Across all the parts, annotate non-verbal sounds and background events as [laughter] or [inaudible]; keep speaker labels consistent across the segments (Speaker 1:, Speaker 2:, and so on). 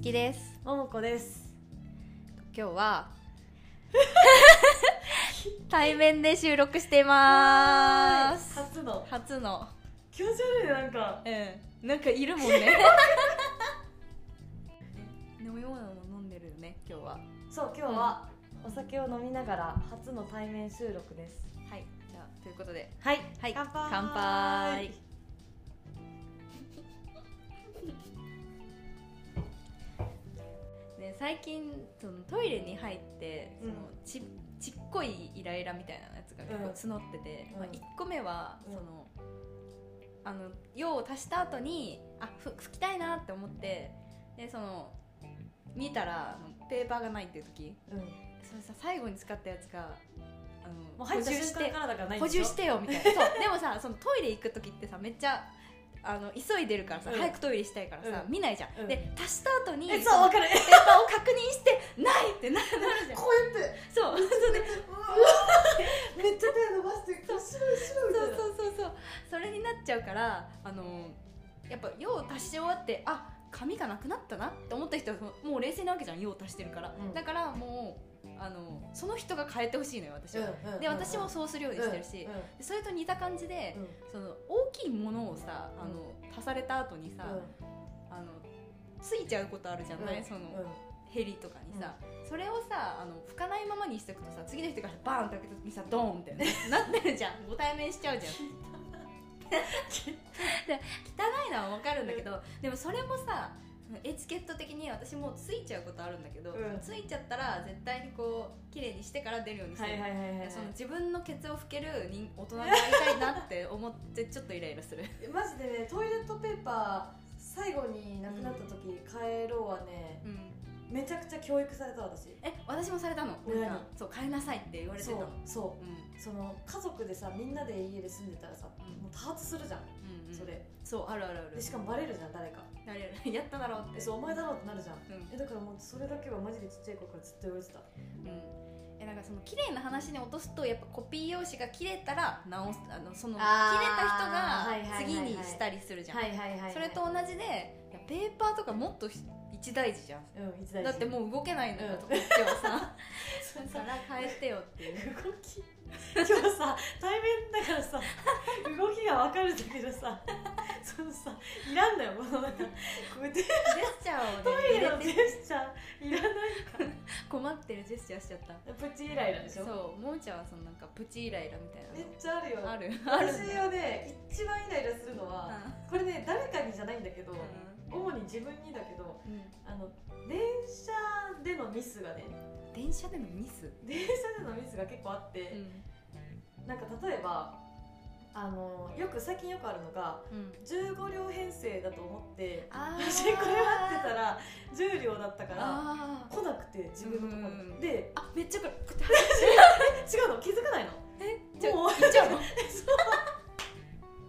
Speaker 1: きです
Speaker 2: ももこです
Speaker 1: 今日は [laughs] 対面で収録してます
Speaker 2: 初の
Speaker 1: 初の
Speaker 2: 気持ち悪いねなんか
Speaker 1: うんなんかいるもんね [laughs] 飲み物も飲んでるよね今日は
Speaker 2: そう今日はお酒を飲みながら初の対面収録です
Speaker 1: はいじゃあということで
Speaker 2: はい、
Speaker 1: はい
Speaker 2: 乾杯
Speaker 1: 乾杯ね、最近そのトイレに入ってその
Speaker 2: う
Speaker 1: ちちっこいイライラみたいなやつが結構募ってて、
Speaker 2: うん
Speaker 1: まあ、1個目は
Speaker 2: うん
Speaker 1: その、あの用を足した後にあふ拭きたいなって思ってでその見たらあのペーパーがないっていう時
Speaker 2: うん、
Speaker 1: それさ最後に使ったやつがあの
Speaker 2: もう入った瞬
Speaker 1: して
Speaker 2: 間からだからないん
Speaker 1: 補
Speaker 2: でし
Speaker 1: 充
Speaker 2: ょ
Speaker 1: してよみたいなそうでもさそのトイレ行く時ってさめっちゃあの急いでるからさ、
Speaker 2: うん
Speaker 1: 早くトイレしたいからさ、
Speaker 2: うん
Speaker 1: 見ないじゃん、
Speaker 2: うん
Speaker 1: で足した後に
Speaker 2: えそうわかる
Speaker 1: ペーパーを確認してないってなるじゃん
Speaker 2: こうやって
Speaker 1: そうそう
Speaker 2: めっちゃ手伸ばして白い白いみたいな
Speaker 1: そうそうそうそれになっちゃうからあのやっぱ用を足し終わってあ紙がなくなったなって思った人はもう冷静なわけじゃん用を足してるから、
Speaker 2: うん
Speaker 1: だからもうあのその人が変えてほしいのよ私は、
Speaker 2: うんうん
Speaker 1: で私も
Speaker 2: そ
Speaker 1: そうするようにしてるし、
Speaker 2: うんうん
Speaker 1: でそれと似た感じで、その大きいものをさあの足された後にさ、あのついちゃうことあるじゃ
Speaker 2: うん
Speaker 1: ない、
Speaker 2: うん
Speaker 1: その、
Speaker 2: うん
Speaker 1: ヘリとかにさ、それをさあの拭かないままにしておくとさ次の人がバーンって開けた時にさドーンってねなってるじゃんご対面しちゃ
Speaker 2: [laughs]
Speaker 1: うじゃんで汚いのは分かるんだけどでもそれもさエチケット的に私もうついちゃうことあるんだけど、
Speaker 2: うん
Speaker 1: ついちゃったら絶対にこう綺麗にしてから出るようにして
Speaker 2: は
Speaker 1: る、
Speaker 2: いはいはいはいはい
Speaker 1: その自分のケツを拭ける人大人になりたいなって思ってちょっとイライラする
Speaker 2: マジでねトイレットペーパー最後になくなった時、帰ろうはね
Speaker 1: うん
Speaker 2: めちゃくちゃ教育された私
Speaker 1: え私もされたの
Speaker 2: 親に
Speaker 1: なんかそう変えなさいって言われて
Speaker 2: そ
Speaker 1: た
Speaker 2: う
Speaker 1: の
Speaker 2: そ
Speaker 1: うん
Speaker 2: うその家族でさみんなで家で住んでたらさ、
Speaker 1: うん
Speaker 2: もう多発するじゃん、
Speaker 1: うんうん
Speaker 2: それ
Speaker 1: そうあるあるある
Speaker 2: でしかもバレるじゃん誰か
Speaker 1: なれる [laughs] やっただろうっ
Speaker 2: え
Speaker 1: て
Speaker 2: そうお前だろってなるじゃん
Speaker 1: うん、うん
Speaker 2: えだからもうそれだけはマジでちっちゃい頃からずっと言われてた
Speaker 1: えなんかその綺麗な話に落とすとやっぱコピー用紙が切れたら直すあのその切れ
Speaker 2: あー
Speaker 1: た
Speaker 2: はいはいはい
Speaker 1: 人
Speaker 2: は
Speaker 1: が
Speaker 2: い
Speaker 1: 次にしたりするじゃん、
Speaker 2: はいはいはい、はい、
Speaker 1: それと同じでいやペーパーとかもっとひ一大事じゃん
Speaker 2: うん一大
Speaker 1: だ
Speaker 2: 事
Speaker 1: ってもう動けないのよ、
Speaker 2: うん
Speaker 1: とこっちはさ [laughs]
Speaker 2: そう
Speaker 1: だ
Speaker 2: さ
Speaker 1: から変えて [laughs] よっていう
Speaker 2: [laughs] 動き今日さ対面だからさ動きが分かるんだけどさそのさいらんのよこのなんかこうやって
Speaker 1: ジェスチャーを、ね、
Speaker 2: トイレ
Speaker 1: 入
Speaker 2: の
Speaker 1: れ
Speaker 2: ジェ
Speaker 1: て
Speaker 2: スチャーいらない
Speaker 1: 困ってるジェスチャーしちゃった
Speaker 2: プチイライラでしょ
Speaker 1: そうももちゃんはそのなんかプチイライラみたい
Speaker 2: めっちゃあるよ
Speaker 1: なのあるある
Speaker 2: 私はね一番イライラするのは、これね誰かにじゃないんだけど、主に自分にだけど
Speaker 1: うん
Speaker 2: あの電車でのミスがね
Speaker 1: 電車でのミス、
Speaker 2: 電車でのミスが結構あって、なんか例えばあのよく最近よくあるのが
Speaker 1: うん、
Speaker 2: 15両編成だと思って
Speaker 1: あー
Speaker 2: 私 [laughs] これ待ってたら10両だったから
Speaker 1: あー
Speaker 2: 来なくて自分のところ
Speaker 1: うん
Speaker 2: にで
Speaker 1: あめっちゃこれこうや
Speaker 2: 違うの気づかないの [laughs]
Speaker 1: って
Speaker 2: う
Speaker 1: えじゃあ
Speaker 2: もう
Speaker 1: 行っちゃうの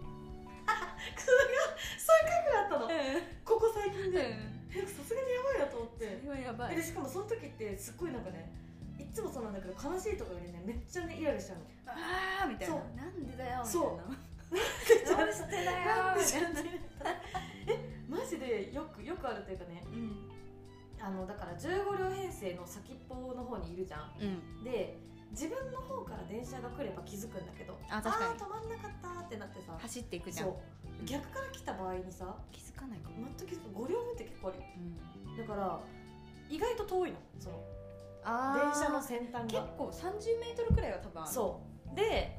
Speaker 2: それがそういう覚悟だったの
Speaker 1: う
Speaker 2: ここ最
Speaker 1: ん
Speaker 2: 近
Speaker 1: う
Speaker 2: で
Speaker 1: ん
Speaker 2: えさすがにやばいなと思っ
Speaker 1: そ
Speaker 2: て
Speaker 1: れはやばい
Speaker 2: でしかもその時ってすっごいなんかねいっつもそうなんだけど悲しいとかよりねめっちゃねイライラしちゃうの
Speaker 1: あーみたいな
Speaker 2: そ
Speaker 1: なんでだよみたいな
Speaker 2: そう
Speaker 1: どうしてだよ
Speaker 2: なんで
Speaker 1: み
Speaker 2: じ
Speaker 1: た
Speaker 2: ゃ
Speaker 1: い
Speaker 2: ん
Speaker 1: な
Speaker 2: えマジでよくよくあるというかね
Speaker 1: うん
Speaker 2: あのだから15両編成の先っぽの方にいるじゃん
Speaker 1: うん
Speaker 2: で自分の方から電車が来れば気づくんだけど
Speaker 1: あ確かに
Speaker 2: ー止まんなかったーってなってさ
Speaker 1: 走っていくじゃ
Speaker 2: そ
Speaker 1: ん
Speaker 2: う逆から来た場合にさ
Speaker 1: 気づかないかも、
Speaker 2: 全く気づく5両目って結構あるよ
Speaker 1: うん、
Speaker 2: だから意外と遠いのその
Speaker 1: あー
Speaker 2: 電車の先端
Speaker 1: 結
Speaker 2: が
Speaker 1: 構30メートルくらいは多分ある
Speaker 2: そうで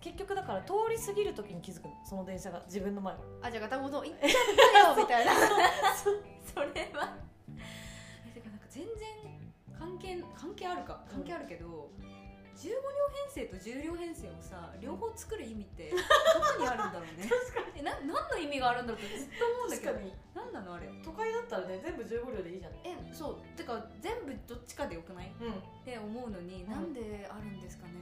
Speaker 2: 結局だから通り過ぎる時に気づくのその電車が自分の前を
Speaker 1: あじゃあ片言行っちゃったよみたいなそれはえてかなんか全然関係関係あるか
Speaker 2: う
Speaker 1: 関
Speaker 2: ん
Speaker 1: 係あるけど、15両編成と10両編成をさ両方作る意味ってどこにあるんだろ [laughs] うね
Speaker 2: 確かに
Speaker 1: えな何の意味があるんだろうってずっと思うんだけど
Speaker 2: 確かに
Speaker 1: 何なのあれ
Speaker 2: 都会だったらね全部15両でいいじゃん
Speaker 1: えそうてか全部どっちかでよくないっ
Speaker 2: う
Speaker 1: て思うのに、
Speaker 2: ん
Speaker 1: なんであるんですかね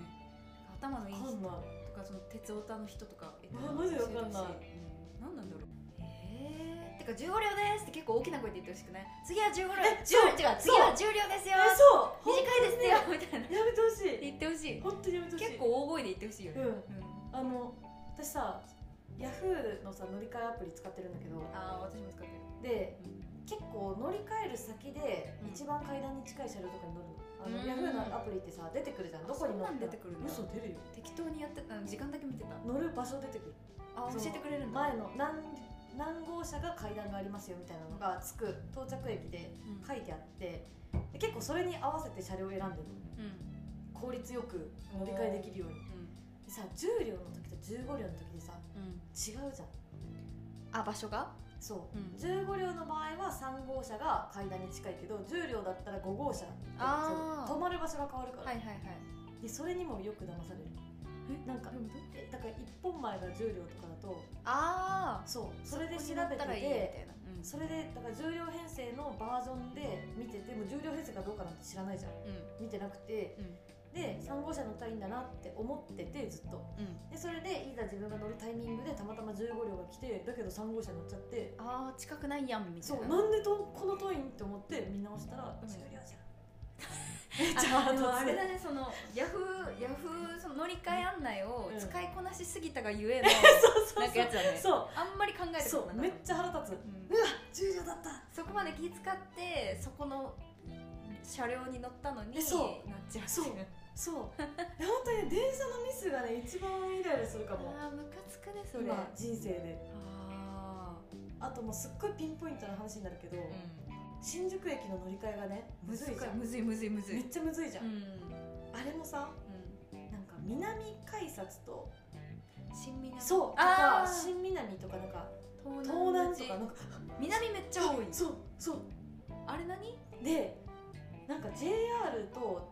Speaker 1: 頭のいい
Speaker 2: ん
Speaker 1: 人
Speaker 2: わかんない
Speaker 1: とかその鉄オタの人とかい
Speaker 2: あマジでわかんない
Speaker 1: うん、何なんだろうえー、てか15両ですって結構大きな声で言ってほしくない次は15両
Speaker 2: え
Speaker 1: 10違う次
Speaker 2: そう
Speaker 1: は10両ですよ
Speaker 2: えそう
Speaker 1: 短いですよみたいな
Speaker 2: やめてほしい
Speaker 1: 言ってほしい
Speaker 2: 本当にやめてほしい
Speaker 1: 結構大声で言ってほしいよね
Speaker 2: うん
Speaker 1: うん
Speaker 2: あの私さヤフーのさ乗り換えアプリ使ってるんだけど
Speaker 1: ああ私も使ってる
Speaker 2: で結構乗り換える先で
Speaker 1: うん
Speaker 2: 一番階段に近い車両とかに乗るのあ
Speaker 1: う
Speaker 2: の
Speaker 1: ん
Speaker 2: ヤフーのアプリってさ出てくるじゃんどこに乗
Speaker 1: そんなん
Speaker 2: って
Speaker 1: 出てくるんだ
Speaker 2: 嘘出るよ
Speaker 1: 適当にやってた時間だけ見てた
Speaker 2: 乗る場所出てくる
Speaker 1: あー
Speaker 2: そう
Speaker 1: 教えてくれるんだ
Speaker 2: 前の何何号車が階段がありますよみたいなのがつく到着駅で
Speaker 1: うん
Speaker 2: 書いてあってで結構それに合わせて車両を選んでる
Speaker 1: う
Speaker 2: の
Speaker 1: ん
Speaker 2: 効率よく乗り換えできるようにでさ10両の時と15両の時でさ
Speaker 1: うんうん
Speaker 2: 違うじゃん
Speaker 1: あ場所が
Speaker 2: そう、
Speaker 1: うん
Speaker 2: 15両の場合は3号車が階段に近いけど10両だったら5号車
Speaker 1: あー
Speaker 2: そう止まる場所が変わるから、
Speaker 1: はいはいはい
Speaker 2: でそれにもよく騙される
Speaker 1: え
Speaker 2: なんかえだから1本前が10両とかだと
Speaker 1: ああ
Speaker 2: そうそれで
Speaker 1: こ
Speaker 2: 調
Speaker 1: に乗っ
Speaker 2: べて
Speaker 1: たらいいみた
Speaker 2: て
Speaker 1: いなうん
Speaker 2: それでだから重量編成のバージョンで見てても重量編成かどうかなんて知らないじゃん
Speaker 1: う
Speaker 2: 見てなくて
Speaker 1: ん
Speaker 2: で3号車乗ったらいいんだなって思っててずっと
Speaker 1: うんうん
Speaker 2: でそれでいざ自分が乗るタイミングでたまたま15両が来てだけど3号車乗っちゃって
Speaker 1: あー近くないやんみた
Speaker 2: そ
Speaker 1: いうな
Speaker 2: なんでとこの遠いんって思って見直したら
Speaker 1: うん
Speaker 2: 重量
Speaker 1: [laughs]
Speaker 2: じゃんめっちゃ
Speaker 1: あ
Speaker 2: 腹
Speaker 1: で
Speaker 2: 立
Speaker 1: もあれだ
Speaker 2: つ
Speaker 1: ねそのヤフーヤフーその乗り換え案内を
Speaker 2: うん
Speaker 1: 使いこなしすぎたがゆえの
Speaker 2: [laughs] そう
Speaker 1: なんかやつだね
Speaker 2: そう
Speaker 1: あんまり考えて
Speaker 2: そ
Speaker 1: こな
Speaker 2: う
Speaker 1: か
Speaker 2: め
Speaker 1: っ
Speaker 2: っちゃ腹立つ
Speaker 1: たうん
Speaker 2: うわ重量だった
Speaker 1: そこまで気使ってそこの車両に乗ったのに
Speaker 2: えそ
Speaker 1: なっちゃう
Speaker 2: そうそういや本当にね電車のミスがね一番イライラするかも
Speaker 1: ああムカつくね [laughs] それ
Speaker 2: 今人生で
Speaker 1: あ
Speaker 2: あともうすっごいピンポイントの話になるけど、
Speaker 1: ーうん
Speaker 2: 新宿駅の乗り換えがねむずいじゃん
Speaker 1: むずいむずいむずい
Speaker 2: めっちゃむずいじゃん、
Speaker 1: うん
Speaker 2: あれもさ
Speaker 1: う
Speaker 2: なんか南改札と
Speaker 1: ん新南
Speaker 2: そうと
Speaker 1: あ
Speaker 2: か
Speaker 1: ー
Speaker 2: 新南とかなんか
Speaker 1: 東
Speaker 2: 東南とかなんか
Speaker 1: 南めっちゃ多い
Speaker 2: そうそう
Speaker 1: あれ何
Speaker 2: でなんか JR と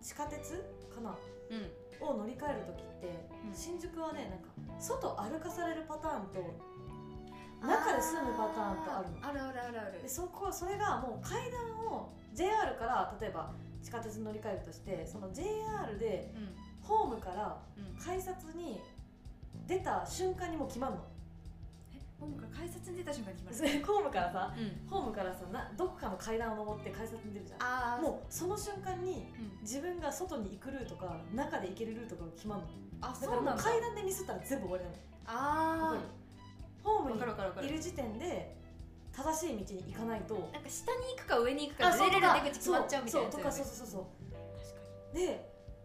Speaker 2: 地下鉄かな
Speaker 1: うん
Speaker 2: を乗り換える時って、
Speaker 1: うん
Speaker 2: 新宿はねなんか外歩かされるパターンと中で住むパターンとあるの
Speaker 1: あるあるあるある
Speaker 2: でそこそれがもう階段を JR から例えば地下鉄に乗り換えるとしてその JR で
Speaker 1: うん
Speaker 2: ホームから
Speaker 1: うん
Speaker 2: 改札に出た瞬間にもう決まんの
Speaker 1: えホームから改札に出た瞬間に決まる
Speaker 2: [laughs] ホームからさ
Speaker 1: うん
Speaker 2: ホームからさなどっかの階段を登って改札に出るじゃ
Speaker 1: ああ
Speaker 2: んもうその瞬間に
Speaker 1: う、うん、
Speaker 2: 自分が外に行くルートか中で行けるルートが決まんの
Speaker 1: あ
Speaker 2: だ
Speaker 1: そ
Speaker 2: か
Speaker 1: うな
Speaker 2: らも
Speaker 1: ん
Speaker 2: う
Speaker 1: だ
Speaker 2: 階段でミスったら全部終わりなの
Speaker 1: あ
Speaker 2: わかる
Speaker 1: あ
Speaker 2: ホ
Speaker 1: わ
Speaker 2: ー
Speaker 1: かる
Speaker 2: ム
Speaker 1: わかるわか
Speaker 2: にい
Speaker 1: る
Speaker 2: る時点で正しい道に行かないと
Speaker 1: なんか下に行くか上に行くか出れる出口決まっちゃうみたいなやつ
Speaker 2: そう
Speaker 1: よ
Speaker 2: と
Speaker 1: ね
Speaker 2: かそうそうそうそうで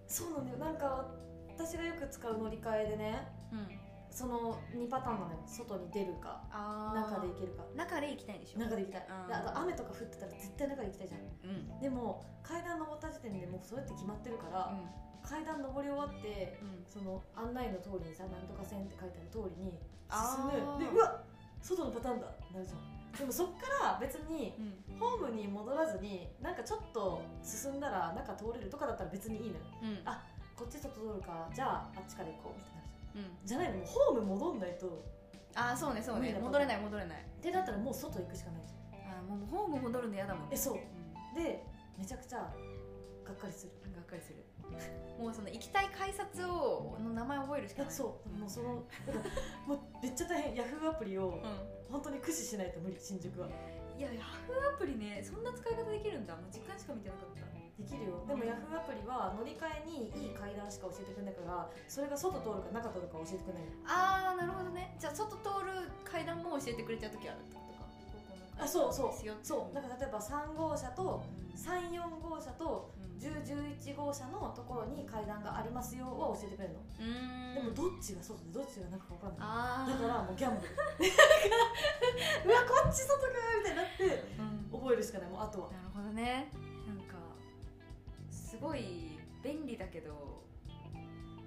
Speaker 2: そうなんだよなんか私がよく使う乗り換えでね
Speaker 1: 確かにうん
Speaker 2: その2パターンなのよ外に出るか
Speaker 1: あー
Speaker 2: 中で行けるか
Speaker 1: 中で行きたいんでしょ
Speaker 2: 中で行きたい
Speaker 1: うん
Speaker 2: であと雨とか降ってたら絶対中で行きたいじゃん
Speaker 1: うんうん
Speaker 2: でも階段登った時点でもうそれって決まってるから、階段登り終わって
Speaker 1: うん
Speaker 2: その案内の通りにさ「なんとか線」って書いてある通りに進
Speaker 1: あー
Speaker 2: むでうわ外のパターンだってなるじゃんでもそっから別に
Speaker 1: うん
Speaker 2: ホームに戻らずになんかちょっと進んだら中通れるとかだったら別にいいのよ
Speaker 1: うん
Speaker 2: あこっち外通るかじゃああっちから行こうみたいな
Speaker 1: うん
Speaker 2: じゃないのもうホーム戻んないと
Speaker 1: ああそうねそう
Speaker 2: 無理
Speaker 1: ね
Speaker 2: だと思
Speaker 1: 戻
Speaker 2: う
Speaker 1: れない戻れない
Speaker 2: でだったらもう外行くしかないじゃ
Speaker 1: あ
Speaker 2: ん
Speaker 1: ーもうホーム戻るの嫌だもん
Speaker 2: え
Speaker 1: ね
Speaker 2: そう
Speaker 1: うん
Speaker 2: でめちゃくちゃがっかりする
Speaker 1: がっかりするもうその行きたい改札をの名前覚えるしか
Speaker 2: だ
Speaker 1: ない
Speaker 2: そう
Speaker 1: うん
Speaker 2: もうその [laughs] だからもうめっちゃ大変ヤフーアプリを
Speaker 1: う
Speaker 2: 本当に駆使しないと無理新宿は
Speaker 1: んいやヤフーアプリねそんな使い方できるんだもう時間しか見てなかった
Speaker 2: できるよでもヤフーアプリは乗り換えにいい階段しか教えてくれないからそれが外通るか中通るか教えてくれない
Speaker 1: あーなるほどねじゃあ外通る階段も教えてくれちゃう時あるってことかここの階段
Speaker 2: あそうそう
Speaker 1: ですよって
Speaker 2: そうだから例えば3号車と
Speaker 1: うん
Speaker 2: 34号車と1011号車のところに階段がありますよは教えてくれるの
Speaker 1: うんうん
Speaker 2: でもどっちが外でどっちが中か分かんない
Speaker 1: あ
Speaker 2: だ
Speaker 1: ー
Speaker 2: からもうギャンブル [laughs] うわこっち外かみたいになって
Speaker 1: うん
Speaker 2: 覚えるしかないもうあとは
Speaker 1: なるほどねなんかすごい便利だけど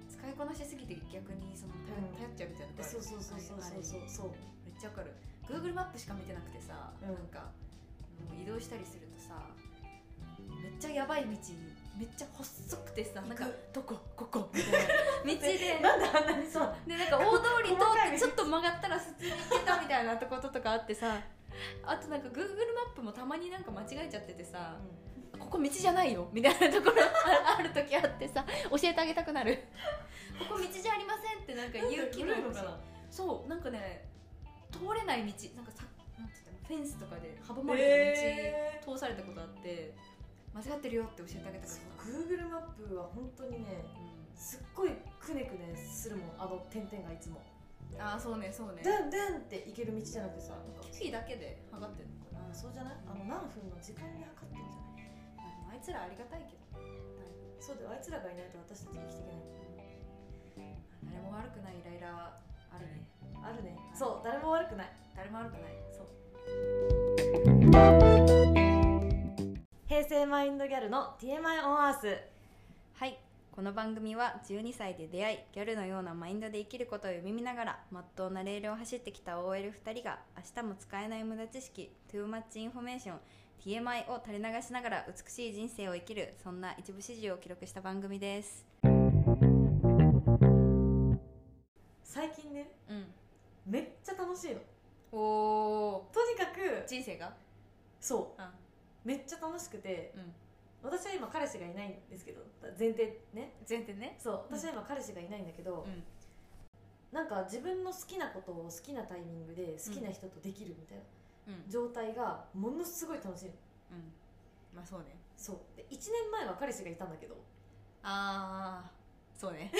Speaker 1: 使いこなしすぎて逆にその頼,、
Speaker 2: うん
Speaker 1: 頼っちゃうみたいなとこある
Speaker 2: そうそうそうそうそうそうそう
Speaker 1: めっちゃわかる Google マップしか見てなくてさ、
Speaker 2: うん
Speaker 1: なんかもう移動したりするとさめっちゃやばい道にめっちゃ細くてさ
Speaker 2: [laughs]
Speaker 1: なんか
Speaker 2: 行
Speaker 1: どここ
Speaker 2: [laughs]
Speaker 1: こみたいな道で
Speaker 2: なんであんなにさ
Speaker 1: でなんか大通り通
Speaker 2: 細か
Speaker 1: っ
Speaker 2: い
Speaker 1: てち
Speaker 2: 道
Speaker 1: ょっと曲がったら普通に行けたみたいなとこととかあってさあとなんか Google マップもたまになんか間違えちゃっててさ、ここ道じゃないよみたいなところあある時あってさ教えてあげたくなるここ道じゃありませんってなんか言う機能
Speaker 2: な
Speaker 1: 欲
Speaker 2: ん
Speaker 1: しい
Speaker 2: か古いのか
Speaker 1: そうなんかね通れない道なんかさなんて言ったのフェンスとかで阻ま
Speaker 2: な
Speaker 1: れてる道、
Speaker 2: えー
Speaker 1: 通されたことあって間違ってるよって教えてあげたか
Speaker 2: そう
Speaker 1: ら
Speaker 2: Google マップは本当にねすっごいくねくねするもんあの点々がいつも
Speaker 1: ああそうねそうね
Speaker 2: ドゥンドゥンって行ける道じゃなくてさなんか
Speaker 1: 月だけで測ってんのかな
Speaker 2: あそうじゃないあの何分の時間に測ってんじゃない
Speaker 1: あいつらありがたいけど
Speaker 2: そうだよあいつらがいないと私たち生きていけない
Speaker 1: 誰も悪くないイライラはあるね
Speaker 2: あるねそう誰も悪くない
Speaker 1: 誰も悪くないそう
Speaker 2: 平成マインドギャルの TMI オンアース
Speaker 1: はいこの番組は12歳で出会いギャルのようなマインドで生きることを夢見ながらまっとうなレールを走ってきた OL2 人が明日も使えない無駄知識 Too Much Information TMI を垂れ流しながら美しい人生を生きるそんな一部始終を記録した番組です
Speaker 2: 最近ね
Speaker 1: うん
Speaker 2: めっちゃ楽しいの
Speaker 1: おお
Speaker 2: とにかく
Speaker 1: 人生が
Speaker 2: そううめっちゃ楽しくて
Speaker 1: ん
Speaker 2: 私は今彼氏がいないんですけど前提ね
Speaker 1: 前提ね
Speaker 2: そう私は今彼氏がいないんだけど、
Speaker 1: ん
Speaker 2: なんか自分の好きなことを好きなタイミングで好きな人とできるみたいな
Speaker 1: うん
Speaker 2: 状態がものすごい楽しいの
Speaker 1: うんまあそうね
Speaker 2: そうで1年前は彼氏がいたんだけど
Speaker 1: ああそう
Speaker 2: [laughs]
Speaker 1: ね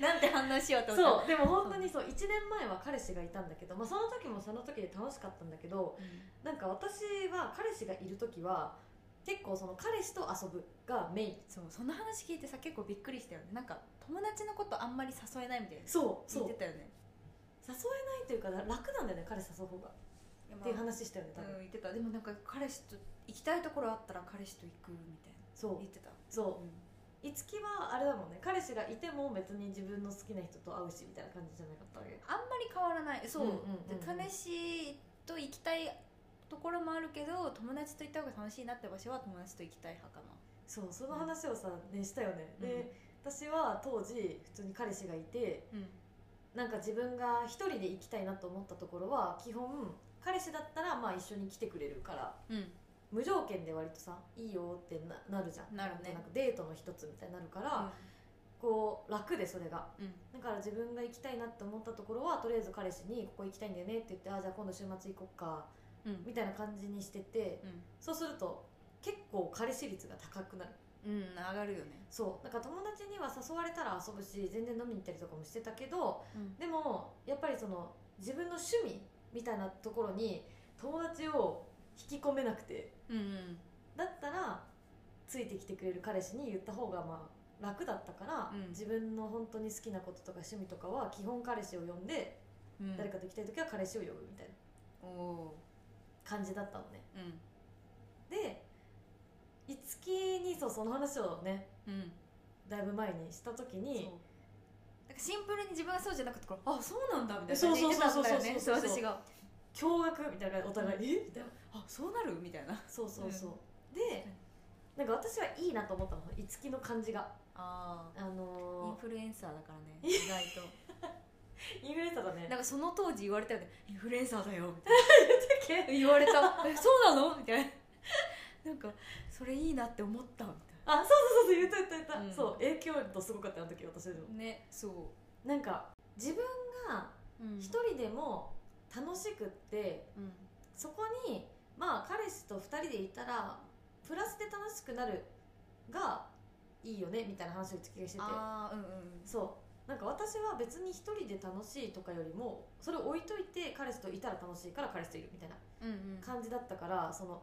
Speaker 1: なんて反応しようと思った
Speaker 2: そうでも本当にそう1年前は彼氏がいたんだけど、まあ、その時もその時で楽しかったんだけどなんか私は彼氏がいる時は結構その彼氏と遊ぶがメイン
Speaker 1: そうその話聞いてさ結構びっくりしたよねなんか友達のことあんまり誘えないみたいな
Speaker 2: そう
Speaker 1: 言
Speaker 2: そう
Speaker 1: って
Speaker 2: 誘
Speaker 1: たよね
Speaker 2: えないというか楽なんだよね彼誘う方が
Speaker 1: いやまあ
Speaker 2: っていう話したよね多分、
Speaker 1: うん言ってたでもなんか彼氏と行きたいところあったら彼氏と行くみたいな
Speaker 2: そう
Speaker 1: 言ってた
Speaker 2: そう
Speaker 1: うん
Speaker 2: いつきはあれだもんね彼氏がいても別に自分の好きな人と会うしみたいな感じじゃなかったわけ
Speaker 1: あんまり変わらないそう,、
Speaker 2: うんうんうん
Speaker 1: で彼氏と行きたいところもあるけど友達と行った方が楽しいなって場所は友達と行きたい派かな
Speaker 2: そうその話をさ、ね、したよね、で私は当時普通に彼氏がいて
Speaker 1: うん
Speaker 2: なんか自分が一人で行きたいなと思ったところは基本彼氏だったらまあ一緒に来てくれるから
Speaker 1: うん
Speaker 2: 無条件で割とさ「いいよ」ってななるじゃん
Speaker 1: なるね
Speaker 2: んかデートの一つみたいになるから、こう楽でそれが
Speaker 1: うん
Speaker 2: だから自分が行きたいなって思ったところはとりあえず彼氏に「ここ行きたいんだよね」って言って「あじゃあ今度週末行こっか
Speaker 1: う」ん
Speaker 2: みたいな感じにしててそうすると結構彼氏率が高くなる
Speaker 1: うん、うん、上がるよね、
Speaker 2: そうだから友達には誘われたら遊ぶし全然飲みに行ったりとかもしてたけどでもやっぱりその自分の趣味みたいなところに友達を引き込めなくて
Speaker 1: うんうん
Speaker 2: だったらついてきてくれる彼氏に言った方がまあ楽だったから、
Speaker 1: うん
Speaker 2: 自分の本当に好きなこととか趣味とかは基本彼氏を呼んで、
Speaker 1: うん
Speaker 2: 誰かと行きたい時は彼氏を呼ぶみたいな
Speaker 1: おお
Speaker 2: 感じだったのね
Speaker 1: ーうん
Speaker 2: でいつきにそうその話をね
Speaker 1: うん
Speaker 2: だいぶ前にした時
Speaker 1: そう
Speaker 2: に
Speaker 1: だからシンプルに自分がそうじゃなくてこうあそうなんだみたいな
Speaker 2: そうそうそうそう
Speaker 1: 言ってたんだよね
Speaker 2: そうそうそう
Speaker 1: 私が
Speaker 2: 驚愕みたいなお互い「えみたいな
Speaker 1: あそうなるみたいな
Speaker 2: そうそうそう、でなんか私はいいなと思ったのいつきの感じが
Speaker 1: あ
Speaker 2: あ
Speaker 1: あイン
Speaker 2: の
Speaker 1: フルエンサーだからね意外と
Speaker 2: ー、インフルエンサーだね
Speaker 1: なんかその当時言われたよねインフルエンサーだよみた
Speaker 2: け
Speaker 1: いな言われたえそうなのみたいななんかそれいいなって思ったみ
Speaker 2: [laughs] あそうそうそうそう言った言った言った、
Speaker 1: うん
Speaker 2: そう影響度すごかったよあの時私でも
Speaker 1: たいなねそ
Speaker 2: なんか自分が
Speaker 1: う、うん、
Speaker 2: 一人でも楽しくって
Speaker 1: うん
Speaker 2: そこにまあ彼氏と二人でいたらプラスで楽しくなるがいいよねみたいな話をいつきがしてて
Speaker 1: ああうんうんうん
Speaker 2: そうなんか私は別に一人で楽しいとかよりもそれを置いといて彼氏といたら楽しいから彼氏といるみたいな
Speaker 1: うんうん
Speaker 2: 感じだったからその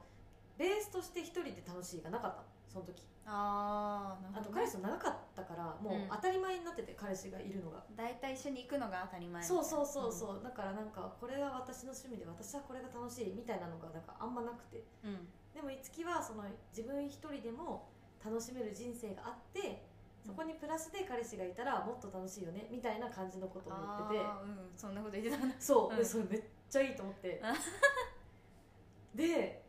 Speaker 2: ベースとして一人で楽しいがなかったのその時
Speaker 1: ああな
Speaker 2: あ
Speaker 1: る
Speaker 2: と
Speaker 1: ほど
Speaker 2: 彼
Speaker 1: ね
Speaker 2: 氏と長かったからもう
Speaker 1: うん
Speaker 2: 当たり前になってて彼氏がいるのが、
Speaker 1: 大体一緒に行くのが当たり前
Speaker 2: そうそうそうそうだからなんかこれは私の趣味で私はこれが楽しいみたいなのがなんかあんまなくて
Speaker 1: うん、うん
Speaker 2: でも樹はその自分一人でも楽しめる人生があってそこにプラスで彼氏がいたらもっと楽しいよねみたいな感じのことを
Speaker 1: あ
Speaker 2: 言ってて
Speaker 1: ーうんそんなこと言ってたんだ
Speaker 2: そ
Speaker 1: う
Speaker 2: う、
Speaker 1: ん
Speaker 2: でそれめっちゃいいと思
Speaker 1: [laughs]
Speaker 2: って
Speaker 1: あ
Speaker 2: で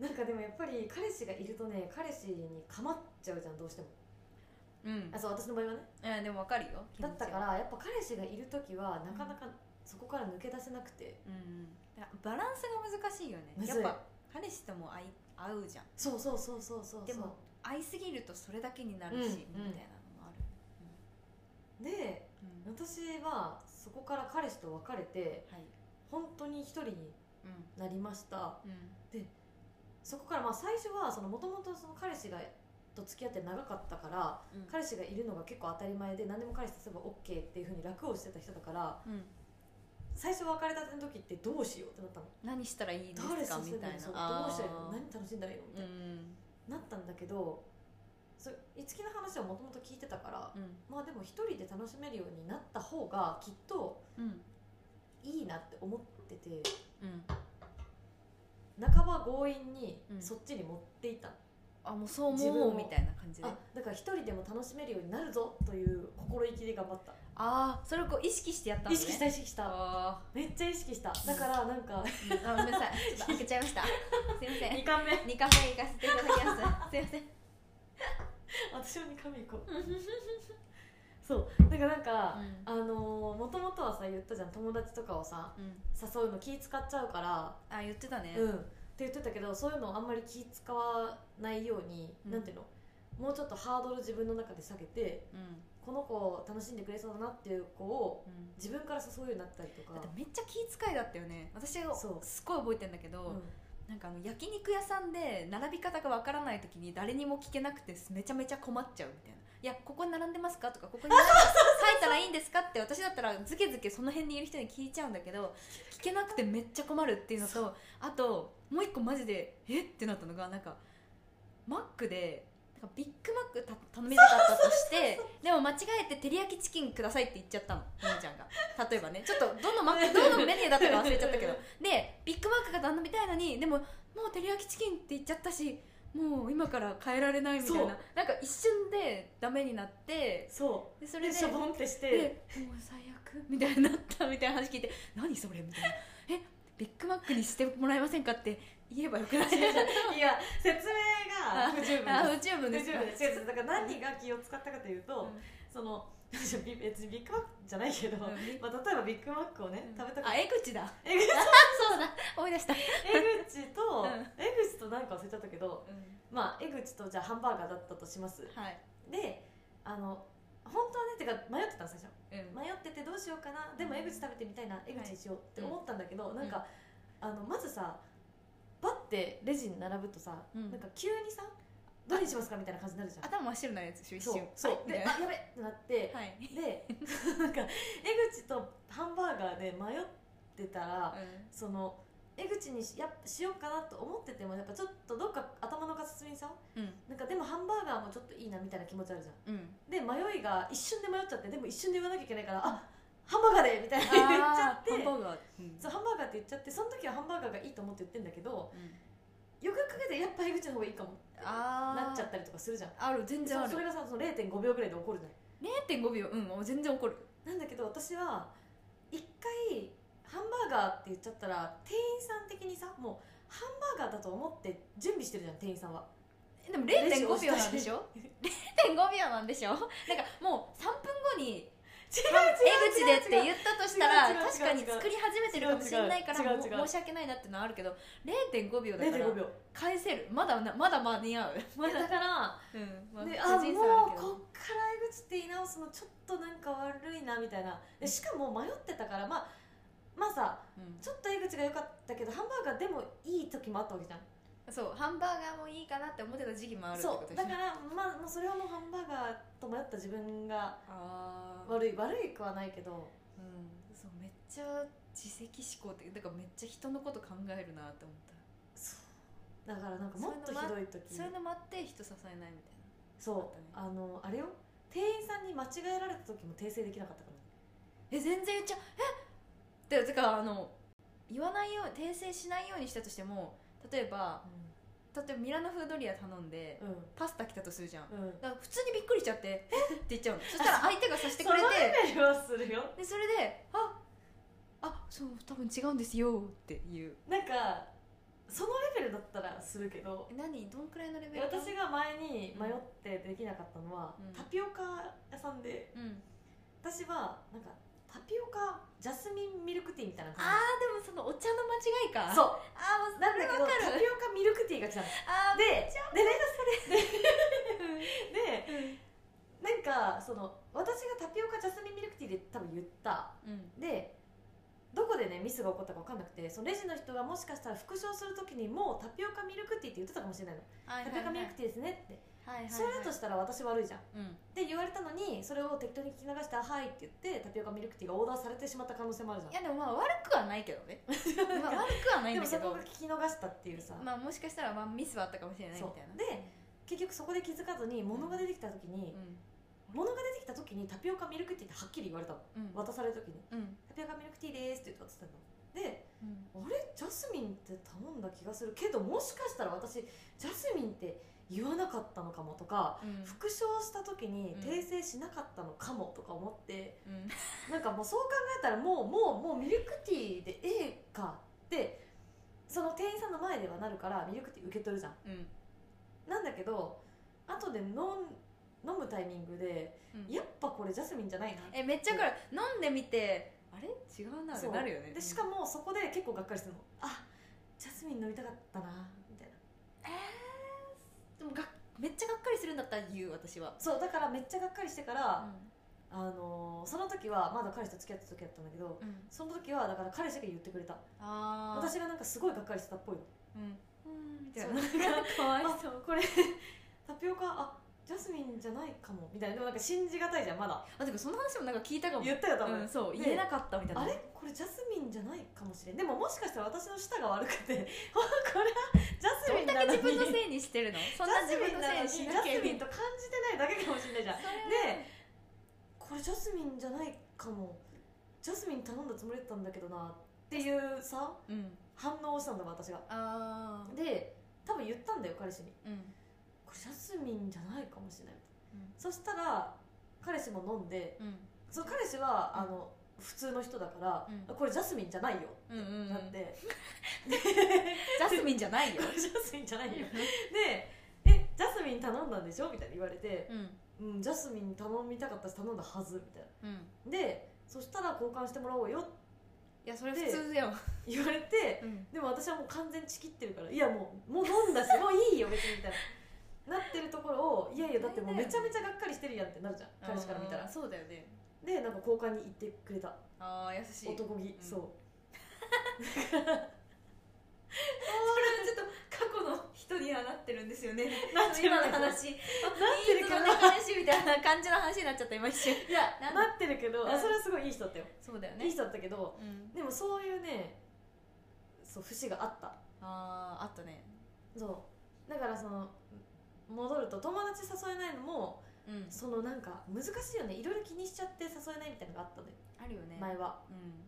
Speaker 2: なんかでもやっぱり彼氏がいるとね彼氏に構っちゃうじゃんどうしても
Speaker 1: うん
Speaker 2: あそう私の場合はね
Speaker 1: えでもわかるよ
Speaker 2: だった
Speaker 1: 気持
Speaker 2: か
Speaker 1: ちは
Speaker 2: らやっぱ彼氏がいる時はなかなかそこから抜け出せなくて、
Speaker 1: うんうんだバランスが難しいよね
Speaker 2: むず
Speaker 1: や
Speaker 2: い
Speaker 1: っぱ彼氏とも会い合うじゃん
Speaker 2: そうそうそうそうそう
Speaker 1: でも会いすぎるとそれだけになるし、
Speaker 2: うん
Speaker 1: みたいなのもある、
Speaker 2: で
Speaker 1: うん
Speaker 2: 私はそこから彼氏と別れて
Speaker 1: はい
Speaker 2: 本当に一人に
Speaker 1: うん
Speaker 2: なりました
Speaker 1: うん
Speaker 2: そこからまあ最初はもともと彼氏がと付き合って長かったから
Speaker 1: うん
Speaker 2: 彼氏がいるのが結構当たり前で何でも彼氏とすれば OK っていうふうに楽をしてた人だから
Speaker 1: うん
Speaker 2: 最初別れたての時ってどうしようってなったの
Speaker 1: 何したらいいです
Speaker 2: 誰
Speaker 1: か
Speaker 2: さ
Speaker 1: み
Speaker 2: せ
Speaker 1: たい
Speaker 2: る
Speaker 1: な
Speaker 2: そう
Speaker 1: あー
Speaker 2: どうしたらいいの何楽しんだらいいのみたいな、
Speaker 1: うん
Speaker 2: なったんだけどそういつきの話はもともと聞いてたから、
Speaker 1: うん
Speaker 2: まあでも一人で楽しめるようになった方がきっと
Speaker 1: うん
Speaker 2: いいなって思ってて
Speaker 1: うん
Speaker 2: 半ば強引に
Speaker 1: うん
Speaker 2: そっちに持っていったの、
Speaker 1: あもうそう
Speaker 2: 自分
Speaker 1: 思
Speaker 2: を
Speaker 1: うみたいな感じで
Speaker 2: あだから一人でも楽しめるようになるぞという心意気で頑張った、
Speaker 1: ああそれをこう意識してやったのね
Speaker 2: 意識した意識した
Speaker 1: あ
Speaker 2: めっちゃ意識しただからなん [laughs] か
Speaker 1: ーうんあごめんなさいちょっと開けちゃいま
Speaker 2: [laughs]
Speaker 1: したすいません
Speaker 2: 2巻目
Speaker 1: 2カフェ行かせていただきますすいません
Speaker 2: [laughs] 私も2巻目行こうそう [laughs] だからなんか、あのー、もともとはさ言ったじゃん友達とかをさ
Speaker 1: うん
Speaker 2: 誘うの気使っちゃうから
Speaker 1: あ言ってたね
Speaker 2: うん、って言ってたけどそういうのをあんまり気使わないように、
Speaker 1: うん
Speaker 2: なんていうのもうちょっとハードル自分の中で下げて
Speaker 1: うん
Speaker 2: この子を楽しんでくれそうだなっていう子を
Speaker 1: うん
Speaker 2: 自分から誘うようになったりとか
Speaker 1: だってめっちゃ気遣いだったよね私が
Speaker 2: そう
Speaker 1: すごい覚えてんだけど、
Speaker 2: うん
Speaker 1: なんかあの焼肉屋さんで並び方がわからない時に誰にも聞けなくてめちゃめちゃ困っちゃうみたいな「いやここに並んでますか?」とか「ここに書いたらいいんですか?」って私だったらずけずけその辺にいる人に聞いちゃうんだけど聞けなくてめっちゃ困るっていうのとあともう一個マジで「えっ?」てなったのがなんかマックで。なんかビッグマックた頼みたかったとしてでも間違えて照り焼きチキンくださいって言っちゃったのみーちゃんが例えばねちょっとどのマックどのメニューだったか忘れちゃったけどでビッグマックが頼みたいのにでももう照り焼きチキンって言っちゃったしもう今から変えられないみたい
Speaker 2: そう
Speaker 1: ななんか一瞬でダメになって
Speaker 2: そ
Speaker 1: でそうれ
Speaker 2: で
Speaker 1: で
Speaker 2: しょぼんってし
Speaker 1: で
Speaker 2: て
Speaker 1: もう最悪みたいになったみたいな話聞いて [laughs] 何それみたいなえビッグマックにしてもらえませんかって言えばよくない
Speaker 2: [laughs] いや説明が不
Speaker 1: [laughs]
Speaker 2: 十
Speaker 1: あ
Speaker 2: 分
Speaker 1: 不十分
Speaker 2: で
Speaker 1: ですす
Speaker 2: 不十分です違う違うだから何が気を使ったかというと、その [laughs] 別にビッグマックじゃないけど、
Speaker 1: うん
Speaker 2: まあ、例えばビッグマックをね、食べたかっ
Speaker 1: あ
Speaker 2: た
Speaker 1: 江口だ
Speaker 2: 江口
Speaker 1: [laughs] そうだ思い出した、
Speaker 2: 江口と、
Speaker 1: [laughs] うん
Speaker 2: 江口となんか忘れちゃったけどまあ江口とじゃあハンバーガーだったとします
Speaker 1: はい、
Speaker 2: であの本当はねてか迷ってたの最初
Speaker 1: うん
Speaker 2: 迷っててどうしようかなでも
Speaker 1: うん
Speaker 2: 江口食べてみたいな江口にしようって思ったんだけど、
Speaker 1: ん
Speaker 2: なんか、あのまずさバッてレジに並ぶとさ、
Speaker 1: うん
Speaker 2: なんか急にさどれにしますかみたいな感じになるじゃん
Speaker 1: 頭真っ白になるやつでしょ一
Speaker 2: そう
Speaker 1: 瞬
Speaker 2: そう
Speaker 1: あれみた
Speaker 2: で
Speaker 1: い
Speaker 2: あやべってなって、
Speaker 1: なはい、
Speaker 2: で [laughs] なんか江口とハンバーガーで迷ってたら、その江口にしやっぱしようかなと思っててもやっぱちょっとどっか頭の片隅にさ
Speaker 1: うん
Speaker 2: なんかでもハンバーガーもちょっといいなみたいな気持ちあるじゃん
Speaker 1: うんうん
Speaker 2: で迷いが一瞬で迷っちゃってでも一瞬で言わなきゃいけないからあハンバーガーでみたいな [laughs] 言っちゃ
Speaker 1: あー
Speaker 2: って
Speaker 1: ハンバーガー、うん
Speaker 2: そうハンバーガーって言っちゃってその時はハンバーガーがいいと思って言ってんだけどよくよく考えてやっぱ江口の方がいいかも
Speaker 1: あー
Speaker 2: なっちゃったりとかするじゃん
Speaker 1: ある全
Speaker 2: でそ
Speaker 1: 然あ
Speaker 2: それ
Speaker 1: る
Speaker 2: がさその0.5秒ぐらいで起こるじゃん
Speaker 1: 0.5秒うんもう全然怒る
Speaker 2: なんだけど私は一回ハンバーガーって言っちゃったら店員さん的にさもうハンバーガーだと思って準備してるじゃん店員さんは
Speaker 1: でも
Speaker 2: レジ
Speaker 1: 0.5
Speaker 2: 押し
Speaker 1: 秒
Speaker 2: た
Speaker 1: なん
Speaker 2: し
Speaker 1: でしょ [laughs] ?0.5 秒なんでしょなんかもう3分後に
Speaker 2: 違
Speaker 1: 江口でって言ったとしたら
Speaker 2: 違う違う違う違う
Speaker 1: 確かに作り始めてるかもしれないから
Speaker 2: 違う違う
Speaker 1: も
Speaker 2: 違う違う
Speaker 1: う申し訳ないなってのはあるけど0.5秒だから
Speaker 2: 0.5秒
Speaker 1: 返せるまだなまだ間に
Speaker 2: [laughs]
Speaker 1: 合うま
Speaker 2: だ
Speaker 1: だ、
Speaker 2: から、
Speaker 1: うんま
Speaker 2: であ
Speaker 1: 個
Speaker 2: も
Speaker 1: 人差はあるけ
Speaker 2: う
Speaker 1: ど
Speaker 2: こっから江口って言い直すのちょっとなんか悪いなみたいなでしかも迷ってたからまあまあさ
Speaker 1: うん
Speaker 2: ちょっと江口が良かったけどハンバーガーでもいい時もあったわけじゃん
Speaker 1: そうハンバーガーもいいかなって思ってた時期もあるってこ
Speaker 2: そ
Speaker 1: と
Speaker 2: う
Speaker 1: でし
Speaker 2: だ
Speaker 1: ょ
Speaker 2: からまあもうそれはもうハンバーガーと迷った自分が
Speaker 1: あー
Speaker 2: 悪い悪いくはないけど
Speaker 1: うんそうめっちゃ自責思考ってだからめっちゃ人のこと考えるなって思った
Speaker 2: そうだからなんかもっとひどい時
Speaker 1: そういうのもあって人支えないみたいな
Speaker 2: そうあのあれよ店員さんに間違えられた時も訂正できなかったから
Speaker 1: え全然言っちゃうえってかあの言わないよう訂正しないようにしたとしても例えば例えばミラノフードリア頼んで
Speaker 2: うん
Speaker 1: パスタ来たとするじゃん
Speaker 2: うんうん
Speaker 1: だから普通にびっくりしちゃって「えっ?」て言っちゃう [laughs] のそしたら相手がさしてくれて
Speaker 2: そのレベルはするよ
Speaker 1: でそれで「ああそう多分違うんですよ」っていう
Speaker 2: なんかそのレベルだったらするけど
Speaker 1: え何どんくらいのレベルか
Speaker 2: 私が前に迷ってできなかったのは、
Speaker 1: うん
Speaker 2: タピオカ屋さんで
Speaker 1: うん
Speaker 2: 私はなんかタピオカジャスミンミルクティーみたいな
Speaker 1: あ
Speaker 2: 感
Speaker 1: ーでもそのお茶の間違いか
Speaker 2: じそう
Speaker 1: あーもう
Speaker 2: うなんだけど
Speaker 1: わかる
Speaker 2: タピオカミルクティーが来たの
Speaker 1: あー
Speaker 2: ででね
Speaker 1: うん
Speaker 2: でなんかその私がタピオカジャスミンミルクティーで多分言った
Speaker 1: うん
Speaker 2: でどこでねミスが起こったか分かんなくてそのレジの人がもしかしたら復唱するときにもうタピオカミルクティーって言ってたかもしれないの、
Speaker 1: はい
Speaker 2: タピオカミルクティーですねって、
Speaker 1: はいはい
Speaker 2: それだとしたら私悪いじゃんっ
Speaker 1: うん
Speaker 2: て言われたのにそれを適当に聞き流して「あはい」って言ってタピオカミルクティーがオーダーされてしまった可能性もあ
Speaker 1: い
Speaker 2: るじゃ
Speaker 1: やでもまあ悪くはないけど [laughs] ねまあ悪くはなんい
Speaker 2: で
Speaker 1: んだけ
Speaker 2: もそこ
Speaker 1: ど
Speaker 2: が聞き逃したっていうさ、
Speaker 1: まあもしかしたらまあミスはあったかもしれないみたいな
Speaker 2: そうで結局そこで気づかずに物が出てきた時に、
Speaker 1: う
Speaker 2: 物が出てきた時にタピオカミルクティーってはっきり言われたの
Speaker 1: んうん
Speaker 2: 渡された時に
Speaker 1: うん
Speaker 2: 「タピオカミルクティーです」って言って渡したので
Speaker 1: うん
Speaker 2: あれジャスミンって頼んだ気がするけどもしかしたら私ジャスミンって言わなかったのかもとか
Speaker 1: うん
Speaker 2: 復唱した時に
Speaker 1: うん
Speaker 2: 訂正しなかったのかもとか思って、
Speaker 1: うん
Speaker 2: なんかもうそう考えたらもうもうもうミルクティーでええかってその店員さんの前ではなるからミルクティー受け取るじゃん
Speaker 1: うん
Speaker 2: なんだけど後で飲ん飲むタイミングで、
Speaker 1: うん
Speaker 2: やっぱこれジャスミンじゃないなって
Speaker 1: えめっちゃこれ飲んでみてあれ違うなって
Speaker 2: そう
Speaker 1: なるよね
Speaker 2: でしか
Speaker 1: も
Speaker 2: もそこで結構がっかりするのあジャスミン飲みたかったなみたいな
Speaker 1: えーでもがめっちゃがっかりするんだったら言う私は
Speaker 2: そうだからめっちゃがっかりしてから、
Speaker 1: う
Speaker 2: あのーその時はまだ彼氏と付き合ってた時だったんだけど
Speaker 1: んうん
Speaker 2: その時はだから彼氏が言ってくれた
Speaker 1: ああ
Speaker 2: 私がなんかすごいがっかりしてたっぽいの
Speaker 1: うんうんみたい
Speaker 2: そう
Speaker 1: な [laughs] かわい
Speaker 2: あ
Speaker 1: そう
Speaker 2: そうこれ [laughs] タピオカあジャスミンじゃないかもみたいなでもなんか信じがたいじゃんまだ
Speaker 1: あでもその話もなんか聞いたかも
Speaker 2: 言ったよ多分、
Speaker 1: うんそう
Speaker 2: で
Speaker 1: 言えなかったみたいな
Speaker 2: あれこれジャスミンじゃないかもしれんでももしかしたら私の舌が悪くて [laughs] あこれはジャス
Speaker 1: ど
Speaker 2: ミ
Speaker 1: ん
Speaker 2: ン
Speaker 1: だけ
Speaker 2: なのに
Speaker 1: 自分のせいにしてるのそんな自分のせいに
Speaker 2: ジ
Speaker 1: し
Speaker 2: ャスミンな
Speaker 1: な
Speaker 2: の
Speaker 1: き
Speaker 2: にジ
Speaker 1: ゃいけ
Speaker 2: ャスミン
Speaker 1: ない
Speaker 2: と感じてないだけかもしれないじゃん
Speaker 1: それ
Speaker 2: でこれジャスミンじゃないかもジャスミン頼んだつもりだったんだけどなっていうさ
Speaker 1: うん
Speaker 2: 反応をしたんだ私が
Speaker 1: ああ
Speaker 2: で多分言ったんだよ彼氏に
Speaker 1: うん
Speaker 2: 「これジャスミンじゃないかもしれない」
Speaker 1: うん
Speaker 2: そしたら彼氏も飲んで
Speaker 1: うん
Speaker 2: その彼氏は、
Speaker 1: うん
Speaker 2: あの普通の人だから、
Speaker 1: うん
Speaker 2: これジャスミンじゃないよ
Speaker 1: うんうんうん
Speaker 2: な
Speaker 1: [laughs]
Speaker 2: って、
Speaker 1: ジャスミンじゃないよ
Speaker 2: これジャスミンじゃないよで「えジャスミン頼んだんでしょ?」みたいに言われて
Speaker 1: うん
Speaker 2: 「うんジャスミン頼みたかったし頼んだはず」みたいな
Speaker 1: うん
Speaker 2: でそしたら交換してもらおうよって
Speaker 1: いやそれ普通だよ
Speaker 2: 言われて
Speaker 1: うん
Speaker 2: でも私はもう完全にちきってるからいやもうもう飲んだしもういいよ別にみたいななってるところをいやいやだってもうめちゃめちゃがっかりしてるやんってなるじゃん彼氏から見た
Speaker 1: あー
Speaker 2: ら
Speaker 1: そうだよね
Speaker 2: でなんか交換に行ってくれた
Speaker 1: ああ優しい
Speaker 2: 男気、
Speaker 1: ん
Speaker 2: そう
Speaker 1: それはちょっと過去の人にはなってるんですよね
Speaker 2: なっ
Speaker 1: そ
Speaker 2: て
Speaker 1: の今
Speaker 2: る
Speaker 1: の話
Speaker 2: なってるけど
Speaker 1: いい人の話みたいな感じの話になっちゃった今一瞬
Speaker 2: いや
Speaker 1: なん
Speaker 2: なってるけ
Speaker 1: う
Speaker 2: どあ
Speaker 1: ん
Speaker 2: それはすごいいい人だったよ、
Speaker 1: そうだよ
Speaker 2: いい人だったけ
Speaker 1: う
Speaker 2: ど
Speaker 1: ん
Speaker 2: でもそういうねそう節があった
Speaker 1: あああったね
Speaker 2: そうだからその戻ると友達誘えないのも
Speaker 1: うん
Speaker 2: そのなんか難しいよねいろいろ気にしちゃって誘えないみたいなのがあったのよ
Speaker 1: あるよね
Speaker 2: 前は
Speaker 1: うん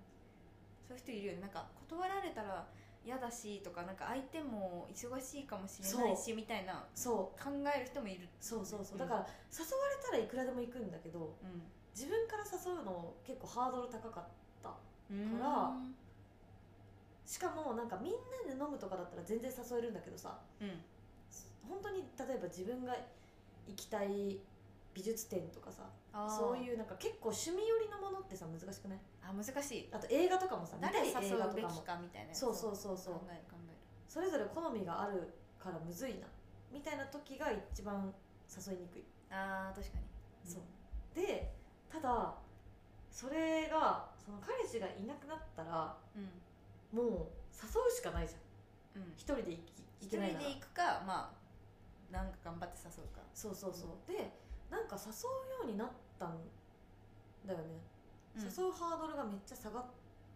Speaker 1: そういう人いるよねなんか断られたら嫌だしとかなんか相手も忙しいかもしれないしみたいな
Speaker 2: そう
Speaker 1: 考える人もいる
Speaker 2: そうそうそううんだから誘われたらいくらでも行くんだけど
Speaker 1: う
Speaker 2: 自分から誘うの結構ハードル高かった
Speaker 1: ん
Speaker 2: からしかもなんかみんなで飲むとかだったら全然誘えるんだけどさ
Speaker 1: うん
Speaker 2: 本当に例えば自分が行きたい美術展とかさ
Speaker 1: あー
Speaker 2: そういうなんか結構趣味寄りのものってさ難しくない
Speaker 1: あ難しい
Speaker 2: あと映画とかもさ見た
Speaker 1: 誰
Speaker 2: い
Speaker 1: 誘
Speaker 2: 映画
Speaker 1: う
Speaker 2: と
Speaker 1: べ
Speaker 2: か
Speaker 1: き
Speaker 2: も
Speaker 1: かみたいなやつ
Speaker 2: そうそうそうそう
Speaker 1: 考える考える
Speaker 2: それぞれ好みがあるからむずいなみたいな時が一番誘いにくい
Speaker 1: あー確かに
Speaker 2: そうでただそれがその彼氏がいなくなったら
Speaker 1: うんうん
Speaker 2: もう誘うしかないじゃん
Speaker 1: うん
Speaker 2: 一人で行き行
Speaker 1: 一
Speaker 2: け
Speaker 1: 人
Speaker 2: な
Speaker 1: で
Speaker 2: いなら
Speaker 1: 行くかまあなんか頑張って誘うか
Speaker 2: そうそうそうでなんか誘うようになったんだよね、誘うハードルがめっちゃ下がっ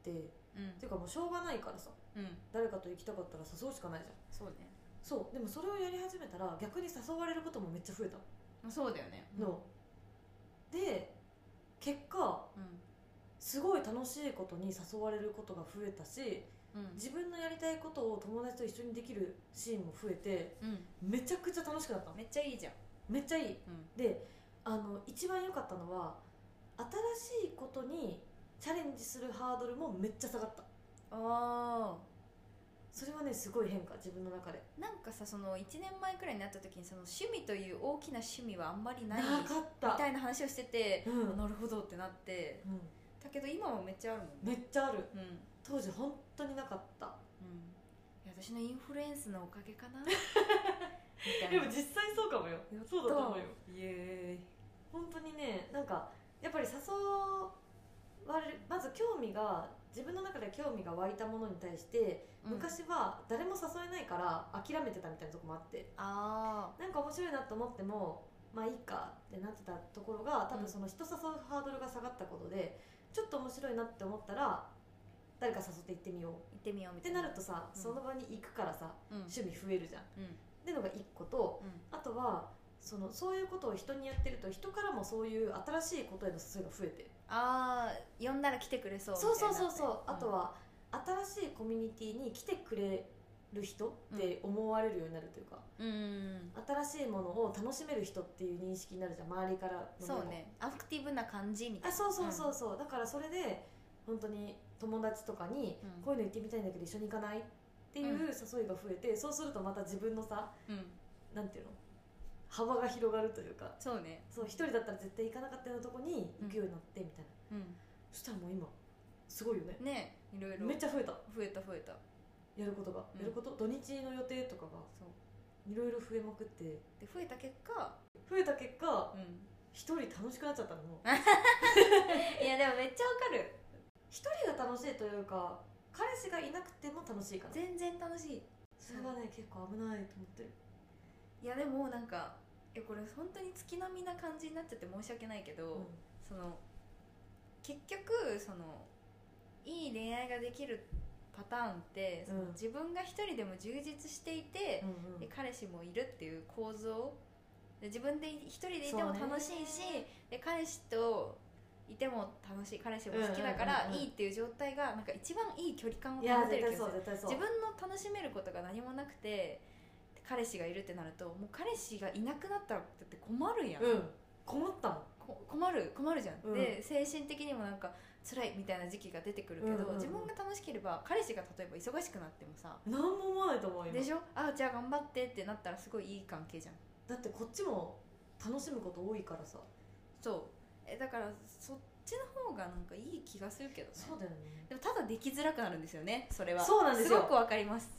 Speaker 2: てっ
Speaker 1: うん
Speaker 2: ていうかもうしょうがないからさ
Speaker 1: うん、
Speaker 2: 誰かと行きたかったら誘うしかないじゃん
Speaker 1: そうね
Speaker 2: そうでもそれをやり始めたら逆に誘われることもめっちゃ増えた
Speaker 1: まあそうだよね
Speaker 2: の、で結果
Speaker 1: うん
Speaker 2: すごい楽しいことに誘われることが増えたし
Speaker 1: うん
Speaker 2: 自分のやりたいことを友達と一緒にできるシーンも増えて
Speaker 1: うん
Speaker 2: めちゃくちゃ楽しくなったの
Speaker 1: めっちゃいいじゃん
Speaker 2: めっちゃいい
Speaker 1: うん
Speaker 2: であの一番良かったのは新しいことにチャレンジするハードルもめっちゃ下がった
Speaker 1: あ
Speaker 2: それはねすごい変化自分の中で
Speaker 1: あなんかさその1年前くらいになった時にその趣味という大きな趣味はあんまりない
Speaker 2: なか
Speaker 1: み
Speaker 2: った
Speaker 1: たいな話をしてて、
Speaker 2: うん
Speaker 1: あなるほどってなって
Speaker 2: うん、
Speaker 1: だけど今はめっちゃあるもんね
Speaker 2: めっちゃある
Speaker 1: うんうん
Speaker 2: 当時本当になかった
Speaker 1: いや私のインフルエンスのおかげかなみた
Speaker 2: で
Speaker 1: い
Speaker 2: も
Speaker 1: な
Speaker 2: 実際そうかもよ
Speaker 1: やった
Speaker 2: そうだと思うよ
Speaker 1: イエーイ
Speaker 2: 本当にねなんかやっぱり誘われまず興味が自分の中で興味が湧いたものに対して、昔は誰も誘えないから諦めてたみたいなとこもあって
Speaker 1: あ
Speaker 2: なんか面白いなと思ってもまあいいかってなってたところが多分その人誘うハードルが下がったことでちょっと面白いなって思ったら誰か誘って行ってみよう
Speaker 1: 行ってみよう
Speaker 2: っ
Speaker 1: みた
Speaker 2: て
Speaker 1: いな
Speaker 2: なるとさ、
Speaker 1: うん
Speaker 2: その場に行くからさ
Speaker 1: うん
Speaker 2: 趣味増えるじゃん。っ
Speaker 1: うん
Speaker 2: てのが1個と
Speaker 1: うん
Speaker 2: あとはそのそういうことを人にやってると人からもそういう新しいことへの誘いが増えてる
Speaker 1: ああ呼んだら来てくれそうみたい
Speaker 2: そう
Speaker 1: にな
Speaker 2: そう
Speaker 1: って
Speaker 2: そうそう、あとは新しいコミュニティに来てくれる人って思われるようになるというか、
Speaker 1: うんうん
Speaker 2: 新しいものを楽しめる人っていう認識になるじゃん周りからの目も
Speaker 1: そうねアクティブな感じみたい
Speaker 2: あそうそうそうそう、だからそれで本当に友達とかに、
Speaker 1: うん
Speaker 2: こういうの行ってみたいんだけど一緒に行かないっていう
Speaker 1: うん
Speaker 2: 誘いが増えて、そうするとまた自分のさ
Speaker 1: な、うん、
Speaker 2: なんていうの幅が広がるというか
Speaker 1: そうね
Speaker 2: そう一人だったら絶対行かなかったようなとこに行くようになってみたいな、
Speaker 1: うん
Speaker 2: そしたらもう今すごいよね
Speaker 1: ねいろいろ
Speaker 2: めっちゃ増えた
Speaker 1: 増えた増えた
Speaker 2: やることが、
Speaker 1: うん
Speaker 2: やること土日の予定とかが
Speaker 1: そう
Speaker 2: いろいろ増えまくって
Speaker 1: で増えた結果、
Speaker 2: 増えた結果
Speaker 1: うん、
Speaker 2: 一人楽しくなっちゃったのもう
Speaker 1: いやでもめっちゃわかる
Speaker 2: 一人が楽しいというか彼氏がいなくても楽しいから
Speaker 1: 全然楽しい
Speaker 2: それはね結構危ないと思ってる
Speaker 1: いやでもなんかいやこれ本当に月並みな感じになっちゃって申し訳ないけど、
Speaker 2: うん
Speaker 1: その結局そのいい恋愛ができるパターンってその、
Speaker 2: うん
Speaker 1: 自分が一人でも充実していて、
Speaker 2: うんう
Speaker 1: で
Speaker 2: ん
Speaker 1: 彼氏もいるっていう構造で自分で一人でいても
Speaker 2: そうね
Speaker 1: 楽しいし、で彼氏といても楽しい彼氏も好きだから、
Speaker 2: うんうんうんうん
Speaker 1: いいっていう状態がなんか一番いい距離感を
Speaker 2: いや
Speaker 1: 保て
Speaker 2: 絶
Speaker 1: る気がす
Speaker 2: 対そう
Speaker 1: る
Speaker 2: 絶対そう
Speaker 1: 自分の楽しめることが何もなくて彼氏がいるってなるともう彼氏がいなくなったらだって困るやん、
Speaker 2: うん困ったもん
Speaker 1: こ困る困るじゃん、
Speaker 2: うん
Speaker 1: で精神的にもなんか辛いみたいな時期が出てくるけど、
Speaker 2: うんうんうん
Speaker 1: 自分が楽しければ彼氏が例えば忙しくなってもさ
Speaker 2: 何も思わないと思うよ
Speaker 1: でしょあじゃあ頑張ってってなったらすごいいい関係じゃん
Speaker 2: だってこっちも楽しむこと多いからさ
Speaker 1: そうえだからそっちの方がなんかいい気がするけどね
Speaker 2: そうだよね
Speaker 1: でもただできづらくなるんですよねそれは
Speaker 2: そうなんですよ
Speaker 1: すごくわかります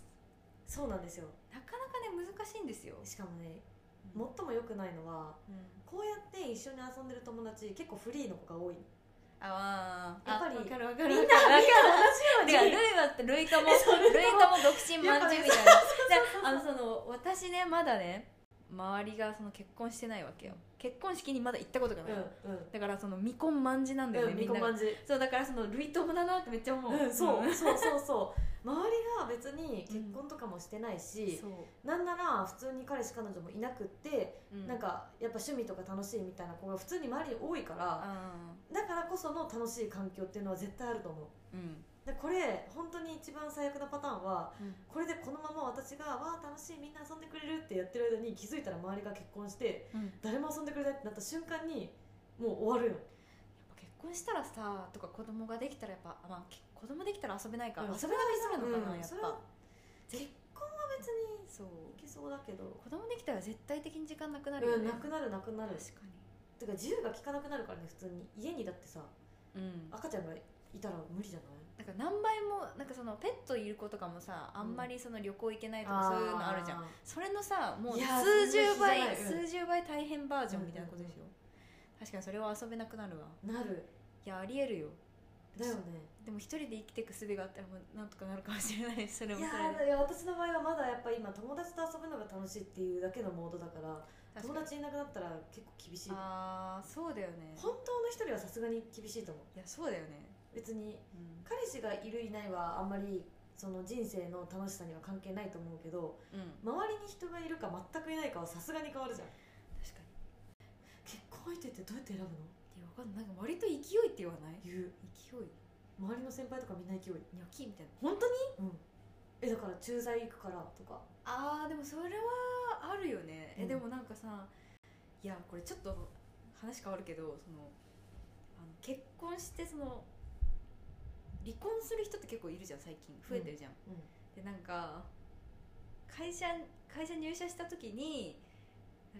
Speaker 2: そうなんですよ
Speaker 1: なかなかね難しいんですよ、
Speaker 2: しかもね
Speaker 1: うん
Speaker 2: 最も良くないのは
Speaker 1: うん
Speaker 2: こうやって一緒に遊んでる友達結構フリーの子が多い
Speaker 1: あーあ
Speaker 2: やっぱり
Speaker 1: わかるわかる
Speaker 2: みん
Speaker 1: わ
Speaker 2: な
Speaker 1: かるわかる
Speaker 2: みんな同じよう
Speaker 1: て
Speaker 2: に
Speaker 1: かルイはってルイともルイ
Speaker 2: [laughs] そうルイとも
Speaker 1: とも独身まんじゅうみたいなであのその私ねまだね周りがその結婚してないわけよ結婚式にまだ行ったことがない、
Speaker 2: うんうん
Speaker 1: だからその未婚まんじなんだよね、
Speaker 2: うん、
Speaker 1: み
Speaker 2: み
Speaker 1: ん
Speaker 2: こ
Speaker 1: な
Speaker 2: ま
Speaker 1: が
Speaker 2: んじ
Speaker 1: そうだからそのルイともだなってめっちゃ思う、
Speaker 2: うん、そう、
Speaker 1: ん
Speaker 2: そうそうそう周りが別に結婚とかもしてないし、
Speaker 1: そう、
Speaker 2: なんなら普通に彼氏彼女もいなくって、
Speaker 1: う
Speaker 2: なんかやっぱ趣味とか楽しいみたいな子が普通に周りに多いから、
Speaker 1: あ
Speaker 2: だからこその楽しい環境っていうのは絶対あると思う
Speaker 1: ーうん
Speaker 2: でこれ本当に一番最悪なパターンは
Speaker 1: うん
Speaker 2: これでこのまま私が「わあ楽しいみんな遊んでくれる」ってやってる間に気づいたら周りが結婚して
Speaker 1: うんやっ
Speaker 2: 誰も遊んでくれないってなった瞬間にもう終わるよ
Speaker 1: ぱ結婚したらさとか子供ができたらやっぱ、まあ、け子供できたら遊べないから、
Speaker 2: うん
Speaker 1: 遊べなくなるのかな、
Speaker 2: うん
Speaker 1: やっ
Speaker 2: それは
Speaker 1: ぱ
Speaker 2: 結婚は別に
Speaker 1: そう
Speaker 2: いけそうだけど、
Speaker 1: 子供できたら絶対的に時間なくなるよ
Speaker 2: う
Speaker 1: ね、
Speaker 2: ん、なくなるなくなる
Speaker 1: 確か
Speaker 2: てか自由が利かなくなるからね普通に家にだってさ
Speaker 1: にうん
Speaker 2: 赤ちゃんがいたら無理じゃない
Speaker 1: なんか何倍もなんかそのペットいる子とかもさあんまりその旅行行けないとかそういうのあるじゃん
Speaker 2: ん
Speaker 1: それのさもう
Speaker 2: い
Speaker 1: い
Speaker 2: や
Speaker 1: 数十倍
Speaker 2: そんな日じゃないうん
Speaker 1: 数十倍大変バージョンみたいなことでしょ、確かにそれは遊べなくなるわ
Speaker 2: なる
Speaker 1: いやありえるよ
Speaker 2: だよね
Speaker 1: でも一人で生きていく術があったらもうなんとかなるかもしれないそれ
Speaker 2: い
Speaker 1: も
Speaker 2: や
Speaker 1: それ
Speaker 2: ー
Speaker 1: で
Speaker 2: いや私の場合はまだやっぱ今友達と遊ぶのが楽しいっていうだけのモードだから
Speaker 1: 確
Speaker 2: 友
Speaker 1: かに
Speaker 2: 達いなくなったら結構厳しい本
Speaker 1: ああそうだよね
Speaker 2: 当の一人はさすがに厳しいと思う
Speaker 1: いやそうだよね、
Speaker 2: 別に
Speaker 1: うん
Speaker 2: 彼氏がいるいないはあんまりその人生の楽しさには関係ないと思うけど
Speaker 1: うん、
Speaker 2: 周りに人がいるか全くいないかはさすがに変わるじゃん
Speaker 1: 確か
Speaker 2: 結婚相手ってどうやって選ぶの
Speaker 1: にいやわかんないなんか割と勢いって言わない勢い
Speaker 2: 言う周りの先輩とかみんな勢い
Speaker 1: ニョキみたいな
Speaker 2: 本当にうんえだから駐在行くからとか
Speaker 1: あーでもそれはあるよね、
Speaker 2: う
Speaker 1: え
Speaker 2: ん
Speaker 1: でもなんかさいやこれちょっと話変わるけどそのあの結婚してその離婚する人って結構いるじゃん最近増えてるじゃん、
Speaker 2: うんうん
Speaker 1: でなんか会社会社入社した時に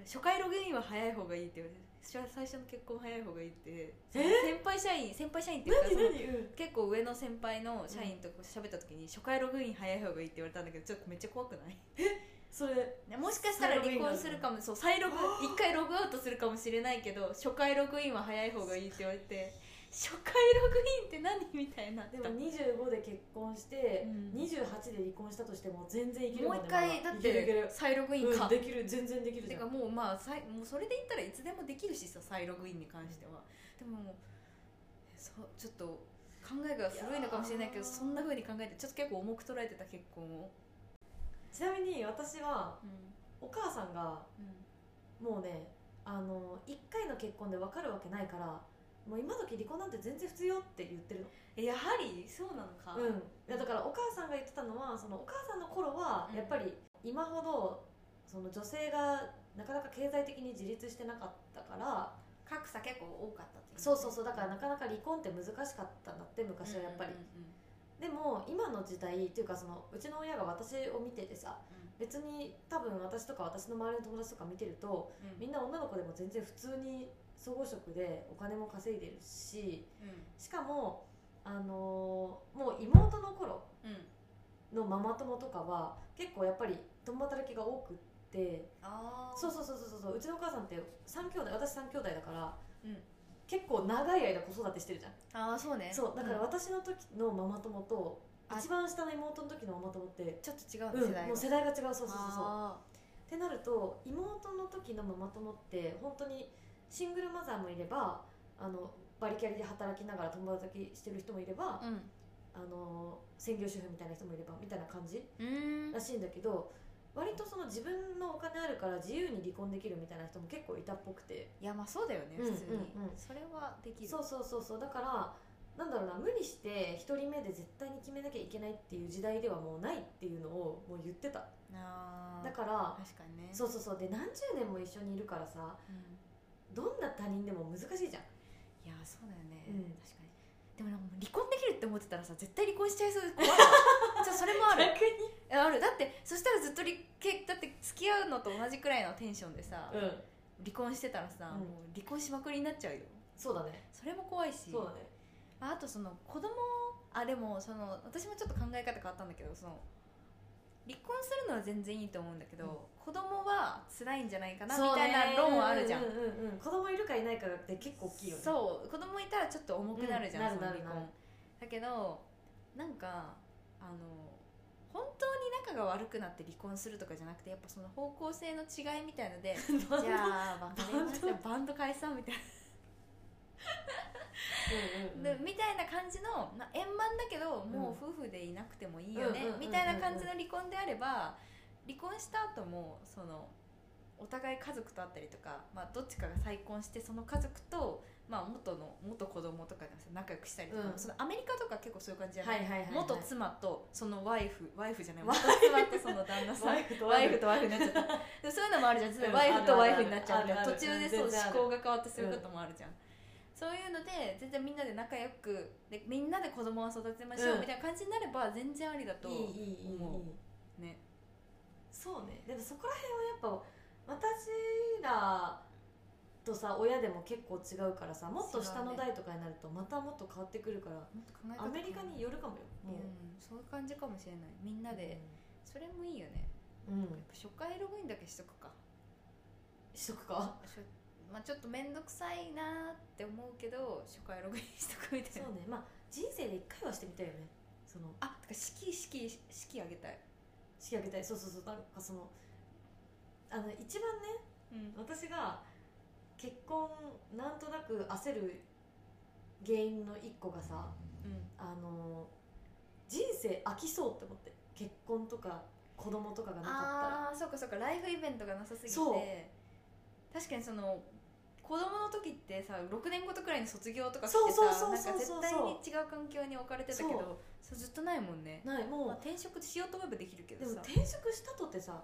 Speaker 1: 初回ログインは早い方がいいって言われて最最初の結婚早い方がいいってその先輩社員先輩社員っていうかその
Speaker 2: うん
Speaker 1: 結構上の先輩の社員と喋った時に初回ログイン早い方がいいって言われたんだけどちょっとめっちゃ怖くない
Speaker 2: それ
Speaker 1: ねもしかしたら離婚するかもそう再ログ一回ログアウトするかもしれないけど初回ログインは早い方がいいって言われて [laughs] 初回ログインって何みたいになっ
Speaker 2: で
Speaker 1: た
Speaker 2: も25で結婚して、
Speaker 1: うん
Speaker 2: 28で離婚したとしても全然いける
Speaker 1: もう一回だっ
Speaker 2: いけるいけ
Speaker 1: て
Speaker 2: る
Speaker 1: 再ログイン
Speaker 2: う
Speaker 1: か、
Speaker 2: ん、できる全然できるじ
Speaker 1: て
Speaker 2: ゃん
Speaker 1: かもうまあさいもうそれで言ったらいつでもできるしさ再ログインに関してはでももうそうちょっと考えが古いのかもしれないけ
Speaker 2: いや
Speaker 1: ど
Speaker 2: ー
Speaker 1: そんな風に考えてちょっと結構重く捉えてた結婚を
Speaker 2: ちなみに私は
Speaker 1: うん
Speaker 2: お母さんがもうねあの1回の結婚で分かるわけないからもう今時離婚なんて全然普通よって言ってる
Speaker 1: えやはりそうなのか
Speaker 2: の、うん、いやだからお母さんが言ってたのはそのお母さんの頃は
Speaker 1: うん
Speaker 2: やっぱり今ほどその女性がなかなか経済的に自立してなかったから
Speaker 1: 格差結構多かったってい
Speaker 2: そうそうそうだからなかなか離婚って難しかったんだって昔はやっぱり、
Speaker 1: うんうんうん
Speaker 2: でも今の時代っていうかそのうちの親が私を見ててさ別に多分私とか私の周りの友達とか見てると
Speaker 1: うんうん
Speaker 2: みんな女の子でも全然普通に総合職でお金も稼いでるししかも、あのーもう妹の頃
Speaker 1: うんうん
Speaker 2: のママ友とかは結構やっぱり共働きが多くって
Speaker 1: ああ
Speaker 2: そうそうそうそうそううちのお母さんって3兄弟私3兄弟だから、
Speaker 1: うん
Speaker 2: 結構長い間子育てしてるじゃん
Speaker 1: ああそうね
Speaker 2: そうだから
Speaker 1: ん
Speaker 2: 私の時のママ友と
Speaker 1: あ
Speaker 2: 一番下の妹の時のママ友って、
Speaker 1: ちょっと違う
Speaker 2: うん、
Speaker 1: の世代が
Speaker 2: もう世代が違うそうそうそうそう
Speaker 1: あ
Speaker 2: ってなると妹の時のママ友って本当にシングルマザーもいればあのバリキャリで働きながら友達してる人もいれば、
Speaker 1: ーうん
Speaker 2: あの専業主婦みたいな人もいればみたいな感じ
Speaker 1: うーん
Speaker 2: らしいんだけど割とその自分のお金あるから自由に離婚できるみたいな人も結構いたっぽくて
Speaker 1: いやまあそうだよね
Speaker 2: う
Speaker 1: 普
Speaker 2: ん
Speaker 1: 通に
Speaker 2: うんうん
Speaker 1: それはできる
Speaker 2: そうそうそうそうだからなんだろうな無理して1人目で絶対に決めなきゃいけないっていう時代ではもうないっていうのをもう言ってた
Speaker 1: あー
Speaker 2: だから
Speaker 1: 確かにね
Speaker 2: そうそうそうで何十年も一緒にいるからさ
Speaker 1: うん
Speaker 2: どんな他人でも難しいじゃん
Speaker 1: いやそうだよね
Speaker 2: うん
Speaker 1: 確かにでもなんかもう離婚できるって思ってたらさ絶対離婚しちゃい
Speaker 2: [laughs]
Speaker 1: そう怖いじゃあそれもある
Speaker 2: 逆に
Speaker 1: えあるだってそしたらずっと離けだって付き合うのと同じくらいのテンションでさ、
Speaker 2: うん
Speaker 1: 離婚してたらさ、
Speaker 2: うん
Speaker 1: もう離婚しまくりになっちゃうよ
Speaker 2: そうだね
Speaker 1: それも怖いし
Speaker 2: そうだね
Speaker 1: ああとその子供あでもその私もちょっと考え方変わったんだけどその離婚するのは全然いいと思うんだけど、
Speaker 2: うん
Speaker 1: 子供は辛いんじゃないかなみたいな論はあるじゃん
Speaker 2: うううんうん子供いるかいないかって結構大きいよね
Speaker 1: そう子供いたらちょっと重くなるじゃん、
Speaker 2: うん
Speaker 1: その
Speaker 2: なる
Speaker 1: 離
Speaker 2: な
Speaker 1: 婚
Speaker 2: るなる
Speaker 1: だけどなんかあの本当に仲が悪くなって離婚するとかじゃなくてやっぱその方向性の違いみたい [laughs] のでじ
Speaker 2: じ
Speaker 1: ゃあ別れました
Speaker 2: バ
Speaker 1: バ
Speaker 2: ン
Speaker 1: ンド解散みたい
Speaker 2: うん
Speaker 1: な、でみたいな感じの、まあ、円満だけどもう夫婦でいなくてもいいよね
Speaker 2: うんうんうんうんうん
Speaker 1: みたいな感じの離婚であれば離婚した後もそのお互い家族と会ったりとか、まあ、どっちかが再婚してその家族と、まあ、元の元子供とかが仲良くしたりとか、
Speaker 2: うん
Speaker 1: そのアメリカとか結構そういう感じじゃない、
Speaker 2: はいはいはいはい
Speaker 1: 元妻とそのワイフワイフじゃない
Speaker 2: ワ
Speaker 1: 元妻とその旦那さ
Speaker 2: ワ
Speaker 1: ん
Speaker 2: イフと
Speaker 1: ワイフ
Speaker 2: と
Speaker 1: とワイフになっちゃったでもそういうのもあるじゃん
Speaker 2: うん
Speaker 1: ワイフとワイフになっちゃうみたいな
Speaker 2: あるあるあるある
Speaker 1: 途中で
Speaker 2: 全
Speaker 1: そう
Speaker 2: 然ある
Speaker 1: 思考が変わってそういうこともあるじゃん、そういうので全然みんなで仲良くでみんなで子供を育てましょうみたいな感じになれば全然ありだと、
Speaker 2: いいいいいいい
Speaker 1: 思
Speaker 2: い
Speaker 1: ね
Speaker 2: そうねでもそこら辺はやっぱ私らとさ親でも結構違うからさもっと下の代とかになるとまたもっと変わってくるから
Speaker 1: もっと考え方
Speaker 2: アメリカによるかもよ
Speaker 1: うん
Speaker 2: もう
Speaker 1: そういう感じかもしれないみんなでそれもいいよね
Speaker 2: うん
Speaker 1: 初回ログインだけしとくか
Speaker 2: しとく [laughs] か
Speaker 1: しょまあ、ちょっと面倒くさいなって思うけど初回ログインしとくみた
Speaker 2: そ
Speaker 1: いうな
Speaker 2: ねまあ人生で一回はしてみたいよねその
Speaker 1: あてか式式式あげたい、
Speaker 2: 仕上げたいそうそうそうなんかそのあの一番ね
Speaker 1: うん
Speaker 2: 私が結婚なんとなく焦る原因の一個がさ
Speaker 1: うん、
Speaker 2: あの人生飽きそうって思って結婚とか子供とかがなかったら
Speaker 1: ああーそうかそうかライフイベントがなさすぎ
Speaker 2: そう
Speaker 1: て確かにその子供の時ってさ6年ごとくらいに卒業とか来て
Speaker 2: そうそう
Speaker 1: さ
Speaker 2: そう
Speaker 1: なん
Speaker 2: そう
Speaker 1: か
Speaker 2: そ
Speaker 1: 絶
Speaker 2: う
Speaker 1: 対に違う環境に置かれてたけ
Speaker 2: そう
Speaker 1: どそうずっとないもんね、
Speaker 2: ない
Speaker 1: まあ、
Speaker 2: も
Speaker 1: 転職しようと思えばできるけ
Speaker 2: うで
Speaker 1: ど
Speaker 2: も
Speaker 1: さ
Speaker 2: 転職したとってさ、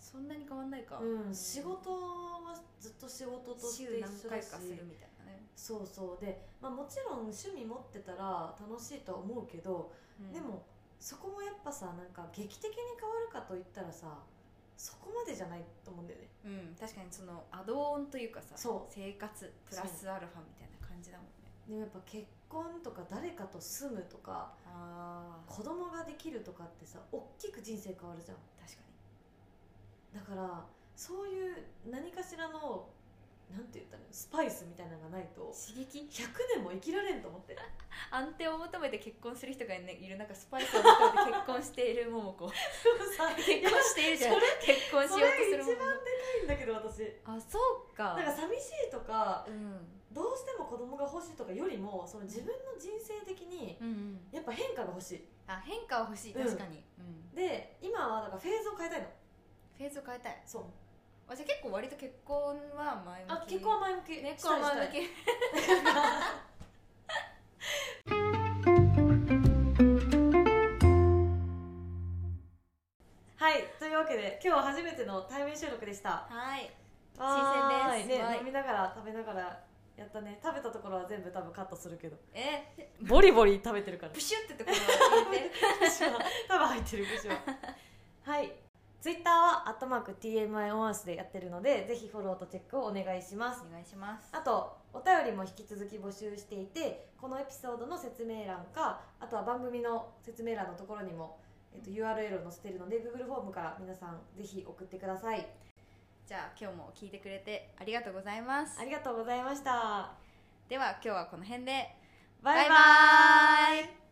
Speaker 1: そんなに変わんないか、
Speaker 2: うん、仕事はずっと仕事とし
Speaker 1: 週
Speaker 2: て一
Speaker 1: 何回
Speaker 2: 緒だ
Speaker 1: かす
Speaker 2: し
Speaker 1: るみたいなね、
Speaker 2: そうそうで、まあ、もちろん趣味持ってたら楽しいとは思うけど、
Speaker 1: うん
Speaker 2: でもそこもやっぱさなんか劇的に変わるかといったらさそこまでじゃないと思うんだよね
Speaker 1: うん、確かにそのアドオンというかさ
Speaker 2: そう
Speaker 1: 生活プラスアルファみたいな感じだもんね
Speaker 2: でもやっぱ結婚とか誰かと住むとか
Speaker 1: ああ
Speaker 2: 子供ができるとかってさ大きく人生変わるじゃん
Speaker 1: 確かに
Speaker 2: だからそういう何かしらのなんて言ったのスパイスみたいなのがないと
Speaker 1: 刺激
Speaker 2: 100年も生きられんと思って
Speaker 1: 安定を求めて結婚する人が、ね、いる中スパイスを求めて結婚している桃子
Speaker 2: [laughs] さ
Speaker 1: 結婚しているじゃん
Speaker 2: いや
Speaker 1: 結婚しようとする
Speaker 2: それ
Speaker 1: 桃
Speaker 2: が一番でかいんだけど私
Speaker 1: 子あそうか
Speaker 2: なんか寂しいとか
Speaker 1: うん
Speaker 2: どうしても子供が欲しいとかよりもその自分の人生的に
Speaker 1: うんうん
Speaker 2: やっぱ変化が欲しい
Speaker 1: あ変化は欲しい
Speaker 2: うん
Speaker 1: 確かに、うん
Speaker 2: で今はだからフェーズを変えたいの
Speaker 1: フェーズを変えたい
Speaker 2: そう
Speaker 1: あじゃあ結構割と結婚は前向き
Speaker 2: あ結婚は前向き
Speaker 1: 結婚は前向き
Speaker 2: きはいというわけで今日は初めての対面収録でした
Speaker 1: はい
Speaker 2: わーい
Speaker 1: 新鮮ですは
Speaker 2: ね
Speaker 1: い
Speaker 2: 飲みながら食べながらやったね食べたところは全部多分カットするけど
Speaker 1: え
Speaker 2: [laughs] ボリボリ食べてる [laughs] から
Speaker 1: プシュってところを
Speaker 2: [laughs]
Speaker 1: 入れて
Speaker 2: 多分入ってるでしょはいツイッターは「アットマーク #TMI オンアース」でやってるのでぜひフォローとチェックをお願いします
Speaker 1: お願いします
Speaker 2: あとお便りも引き続き募集していてこのエピソードの説明欄かあとは番組の説明欄のところにも、えっと、URL を載せているので Google フォームから皆さんぜひ送ってください
Speaker 1: じゃあ今日も聞いてくれてありがとうございます
Speaker 2: ありがとうございました
Speaker 1: では今日はこの辺で
Speaker 2: バイバ
Speaker 1: バイバ
Speaker 2: イ
Speaker 1: ーイ